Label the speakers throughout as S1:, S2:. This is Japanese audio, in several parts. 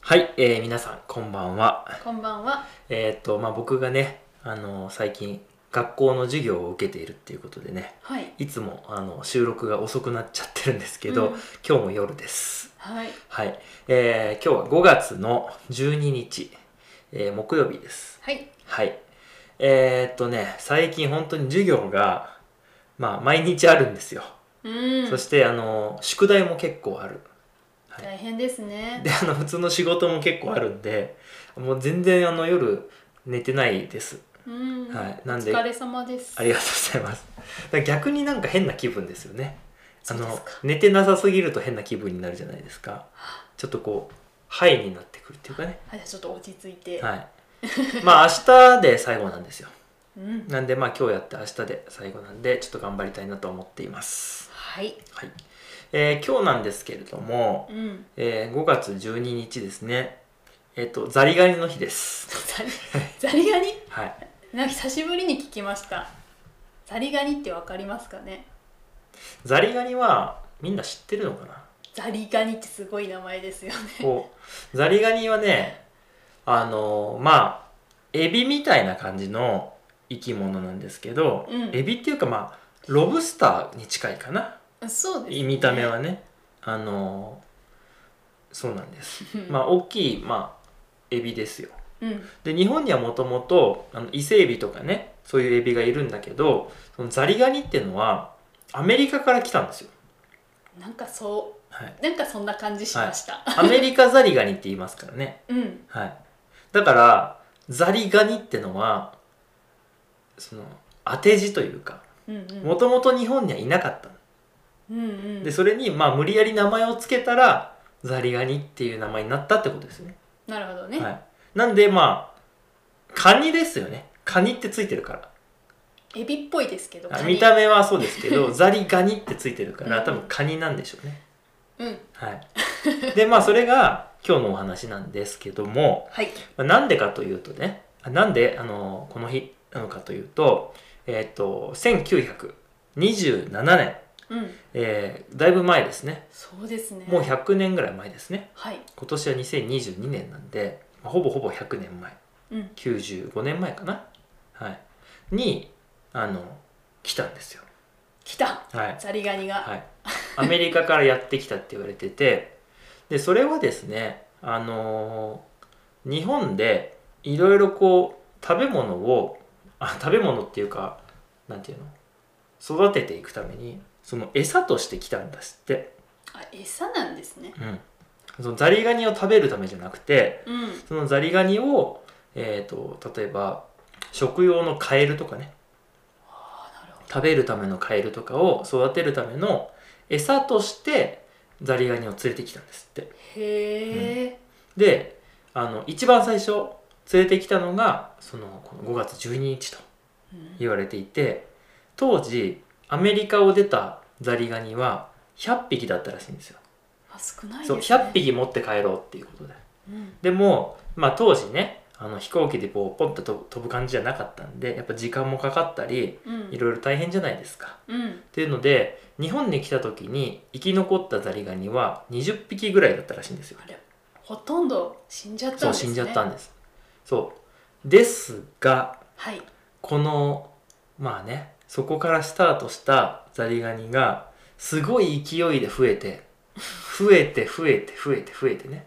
S1: はい、えー皆さんこんばんは。
S2: こんばんは。
S1: えーっとまあ僕がねあの最近学校の授業を受けているっていうことでね
S2: はい。
S1: いつもあの収録が遅くなっちゃってるんですけど、
S2: うん
S1: 今日も夜です。
S2: はい。
S1: はい、えー今日は5月の12日、えー木曜日です。
S2: はい。
S1: はい。えーっとね最近本当に授業がまあ毎日あるんですよ。
S2: うん。
S1: そしてあの宿題も結構ある。はい
S2: 大変ですね。
S1: であの普通の仕事も結構あるんでもう全然あの夜寝てないです
S2: うん。
S1: はい
S2: お
S1: なんで
S2: 疲れ様です。
S1: ありがとうございますだから逆になんか変な気分ですよねあ
S2: そうで
S1: の
S2: すか
S1: 寝てなさすぎると変な気分になるじゃないですかちょっとこうハイになってくるっていうかね
S2: はい、じゃあちょっと落ち着いて。
S1: はいまあ明日で最後なんですよ
S2: うん。
S1: なんでまあ今日やって明日で最後なんでちょっと頑張りたいなと思っています
S2: はい。
S1: はい、えー今日なんですけれども、
S2: うん。
S1: えー5月12日ですねえっ、とザリガニの日です
S2: ザリザリガニ
S1: はい
S2: なんか久しぶりに聞きました。ザリガニってわかりますかね
S1: ザリガニはみんな知ってるのかな
S2: ザリガニってすごい名前ですよね。
S1: こうザリガニはねあのまあエビみたいな感じの生き物なんですけど、
S2: うん
S1: エビっていうかまあロブスターに近いかな
S2: そうです、ね。
S1: 見た目はねあのそうなんです
S2: うん。
S1: まあ大きい、まあ、エビですよ
S2: うん。
S1: で日本にはもともとあの伊勢エビとかねそういうエビがいるんだけどそのザリガニっていうのはアメリカから来たんですよ、
S2: なんかそ
S1: はい、
S2: う、なんかそんな感じしました。
S1: アメリカザリガニって言いますからね。
S2: うん。
S1: はい。だから、ザリガニってのは、その、当て字というか、
S2: うんうん。
S1: もともと日本にはいなかったの
S2: うんうん。
S1: で、それに、まあ、無理やり名前を付けたら、ザリガニっていう名前になったってことですね。
S2: なるほどね。
S1: はい。なんで、まあ、カニですよね。カニってついてるから。
S2: エビっぽいですけど。
S1: あ
S2: カニ
S1: 見た目はそうですけ ど、ザリガニってついてるから、
S2: うん
S1: 多分カニなんでしょうね。
S2: うん。
S1: はい。で、まあ、それが今日のお話なんですけども、
S2: はい。
S1: まあなんでかというとねあなんであのこの日なのかというと,、えっと1927年、
S2: うん。
S1: えーだいぶ前ですね
S2: そうですね。
S1: もう100年ぐらい前ですね
S2: はい。
S1: 今年は2022年なんで、まあほぼほぼ100年前
S2: うん。
S1: 95年前かな、はい、にあの来たんですよ、
S2: 来た
S1: はい
S2: ザリガニが。
S1: はい、アメリカからやってきたって言われててでそれはですねあのー日本でいろいろこう食べ物をあ食べ物っていうかなんていうの育てていくためにその餌として来たんですって、
S2: あ、餌なんですね。
S1: うん、そのザリガニを食べるためじゃなくて
S2: うん。
S1: そのザリガニを、えー、と例えば食用のカエルとかね
S2: あ、なるほど。
S1: 食べるためのカエルとかを育てるための餌としてザリガニを連れてきたんですって
S2: へえ、
S1: であの一番最初連れてきたのがそのこの5月12日と
S2: うん
S1: 言われていて当時アメリカを出たザリガニは100匹だったらしいんですよ
S2: あ、少ないです
S1: そう
S2: ね。
S1: 100。匹持って帰ろうっていうことで
S2: うん。
S1: でも、まあ、当時ねあの飛行機でこうポンと飛ぶ飛ぶ感じじゃなかったんでやっぱ時間もかかったり
S2: うん。
S1: いろいろ大変じゃないですか
S2: うん。
S1: っていうので日本に来た時に生き残ったザリガニは20匹ぐらいだったらしいんですよ
S2: あれ、ほとんど死んじゃった
S1: そ
S2: ん
S1: う
S2: ですね。
S1: 死んじゃったんですそうですが
S2: はい。
S1: このまあねそこからスタートしたザリガニがすごい勢いで増えて増えて増えて増えて増えてね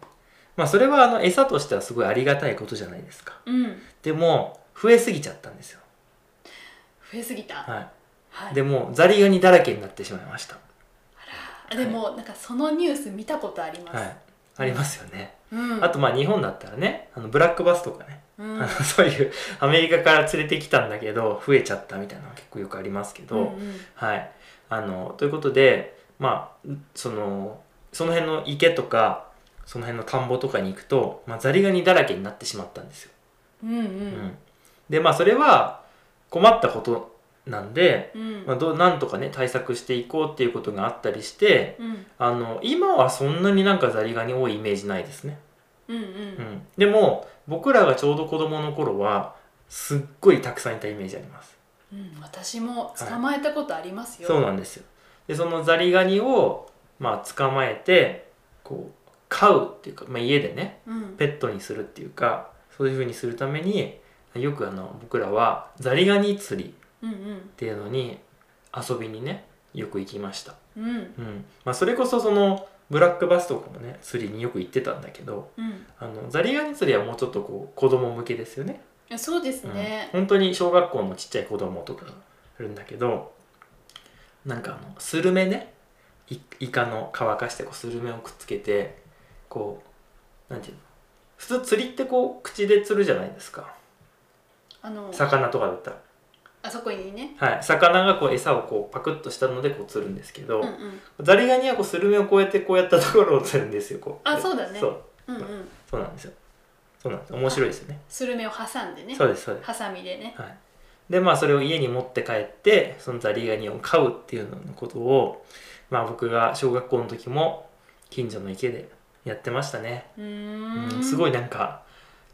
S1: まあそれはあの餌としてはすごいありがたいことじゃないですか
S2: うん。
S1: でも増えすぎちゃったんですよ
S2: 増えすぎた。
S1: は
S2: はいい。
S1: でもザリガニだらけになってしまいました
S2: あでも、なんかそのニュース見たことあります。
S1: はいありますよね、
S2: うん。
S1: あとまあ日本だったらねあのブラックバスとかね、
S2: うん、
S1: あのそういうアメリカから連れてきたんだけど増えちゃったみたいなのは結構よくありますけど、
S2: うんうん
S1: はいあのということでまあそのその辺の池とかその辺の田んぼとかに行くと、まあ、ザリガニだらけになってしまったんですよ、
S2: うん
S1: うんでまあそれは困ったことなんで、
S2: うんうん
S1: まあ、どうなんとかね対策していこうっていうことがあったりして
S2: うん
S1: あの今はそんなになんかザリガニ多いイメージないですね
S2: うんうん
S1: うん、でも僕らがちょうど子供の頃はすっごいたくさんいたイメージあります
S2: うん私も捕まえたことありますよ、
S1: そうなんですよでそのザリガニをまあ捕まえてこう飼うっていうか、まあ、家でね
S2: うん
S1: ペットにするっていうかそういう風にするためによくあの僕らはザリガニ釣りっ
S2: うんうん
S1: ていうのに遊びにねよく行きました、
S2: うん
S1: うんまあ、それこそそのブラックバスとかもね釣りによく行ってたんだけど
S2: うん
S1: あのザリガニ釣りはもうちょっとこう子供向けですよね
S2: いやそうです
S1: うん
S2: ね、
S1: 本当に小学校のちっちゃい子供とかがいるんだけどなんかあのスルメねいイカの乾かしてこうスルメをくっつけてこうなんていうの普通釣りってこう口で釣るじゃないですか
S2: あの
S1: 魚とかだった
S2: あそこにね
S1: ら、はい、魚がこう餌をこうパクッとしたのでこう釣るんですけど、
S2: うんうん
S1: ザリガニはこうスルメをこうやってこうやったところを釣るんですよこう
S2: あそうだね
S1: そう
S2: うんうん
S1: そうなんですよそうなんです面白いですよね
S2: スルメを挟んでね
S1: そうですそうです
S2: ハサミでね
S1: はい、でまあそれを家に持って帰ってそのザリガニを飼うっていうののことをまあ僕が小学校の時も近所の池でやってましたね、
S2: う
S1: う
S2: ー
S1: ん
S2: ん
S1: すごいなんか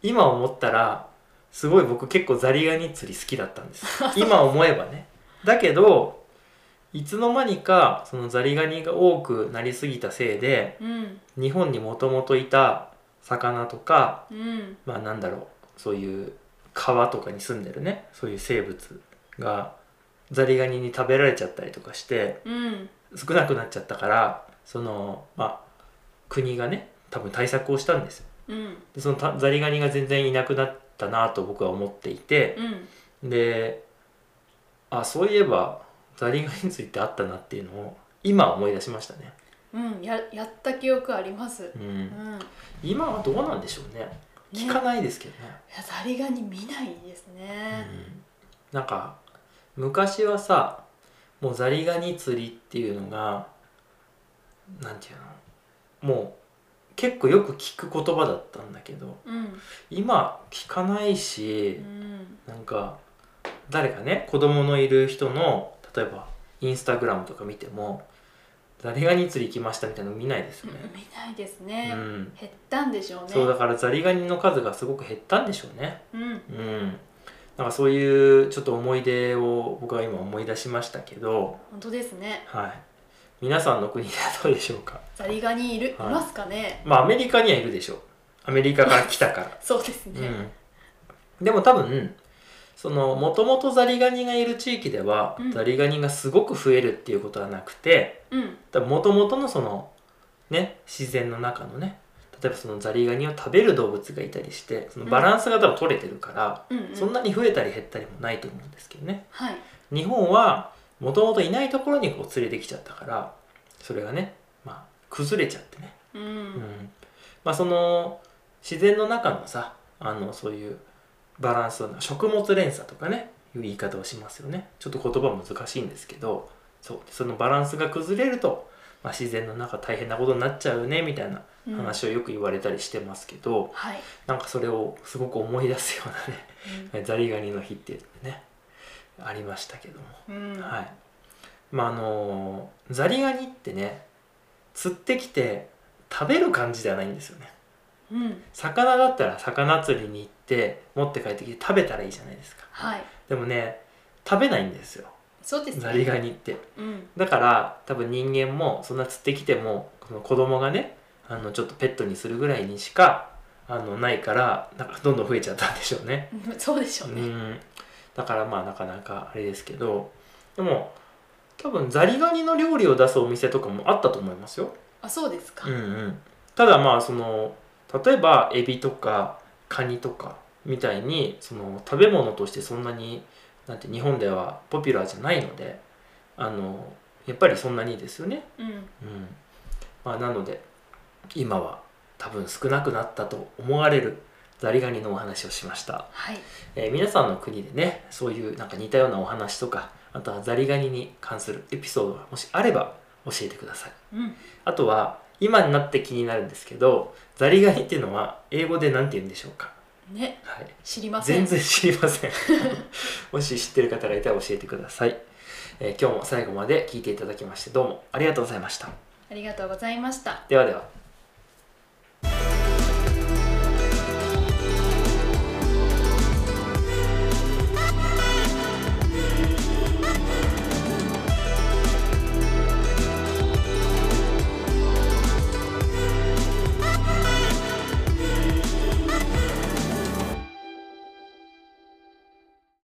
S1: 今思ったらすごい僕結構ザリガニ釣り好きだったんです 今思えばねだけどいつの間にかそのザリガニが多くなりすぎたせいで
S2: うん
S1: 日本にもともといた魚とか
S2: うん
S1: まあなんだろうそういう川とかに住んでるねそういう生物がザリガニに食べられちゃったりとかして
S2: うん
S1: 少なくなっちゃったからそのまあ国がね多分対策をしたんですよ
S2: うん
S1: でそのたザリガニが全然いなくなったなと僕は思っていて
S2: うん
S1: であそういえばザリガニについてあったなっていうのを今思い出しましたね
S2: うんややった記憶あります
S1: う
S2: うんんね
S1: 今はどうなんでしょうね聞かないですけどね
S2: いやザリガニ見ないですね
S1: なんか昔はさもうザリガニ釣りっていうのがなんていうのもう結構よく聞く言葉だったんだけど
S2: うん
S1: 今聞かないうし
S2: ん
S1: なんか誰かね子供のいる人の例えばインスタグラムとか見てもザリガニ釣り行きましたみたいなの見ないです
S2: う
S1: よ
S2: ん
S1: ね。
S2: 見ないです
S1: う
S2: ね
S1: ん、
S2: 減ったんでしょうね
S1: そうだからザリガニの数がすごく減ったんでしょうね。
S2: うん
S1: うん、なんかそういうちょっと思い出を僕は今思い出しましたけど、
S2: 本当ですね
S1: はい、皆さんの国ではどうでしょうか
S2: ザリガニいる、
S1: はい
S2: い、ますかね
S1: まあアメリカにはいるでしょうアメリカから来たから、
S2: そうです
S1: う
S2: ね
S1: ん、でも多分そのもともとザリガニがいる地域では、
S2: うん
S1: ザリガニがすごく増えるっていうことはなくて
S2: うん
S1: もともとのそのね自然の中のね例えばそのザリガニを食べる動物がいたりしてそのバランスが多分取れてるから、
S2: うんうん
S1: そんなに増えたり減ったりもないと思うんですけどね。
S2: はい
S1: 日本はもともといないところにこう連れてきちゃったからそれがね、まあ、崩れちゃってね、
S2: う
S1: うん
S2: ん
S1: まあ、その自然の中のさあのそういうバランスの食物連鎖とかねいう言い方をしますよねちょっと言葉難しいんですけどそうそのバランスが崩れると、まあ、自然の中大変なことになっちゃうよねみたいな
S2: うん
S1: 話をよく言われたりしてますけど、
S2: はい、
S1: なんかそれをすごく思い出すようなねザリガニの日っていうのねありましたけども、
S2: うんうん
S1: はいまああのーザリガニってね釣ってきて食べる感じではないんですよね
S2: うん
S1: 魚だったら魚釣りに行って持って帰ってきて食べたらいいじゃないですか
S2: はい
S1: でもね食べないんですよ
S2: そうですね
S1: ザリガニって
S2: うん
S1: だから多分人間もそんな釣ってきてもこの子供がねあのちょっとペットにするぐらいにしかあのないからなんかどんどん増えちゃったんでしょうね
S2: うんそうでしょう
S1: う
S2: ね
S1: んだからまあなかなかあれですけどでも多分ザリガニの料理を出すお店とかもあったと思いますよ、
S2: あそうですか、
S1: うんうん、ただまあその例えばエビとかカニとかみたいにその食べ物としてそんなになんて日本ではポピュラーじゃないのであのやっぱりそんなにですよね、
S2: うん
S1: うんまあ、なので今は多分少なくなったと思われるザリガニのお話をしました。
S2: はい
S1: えー皆さんの国でねそういうなんか似たようなお話とかあとはザリガニに関するエピソードがもしあれば教えてください
S2: うん
S1: あとは今になって気になるんですけどザリガニっていうのは英語で何て言うんでしょうか、
S2: ね
S1: はい、
S2: 知りませ
S1: 全
S2: ん
S1: 然知りま せんもし知ってる方がいたら教えてください、えー今日も最後まで聞いていただきましてどうもありがとうございました
S2: ありがとうございました
S1: ではでは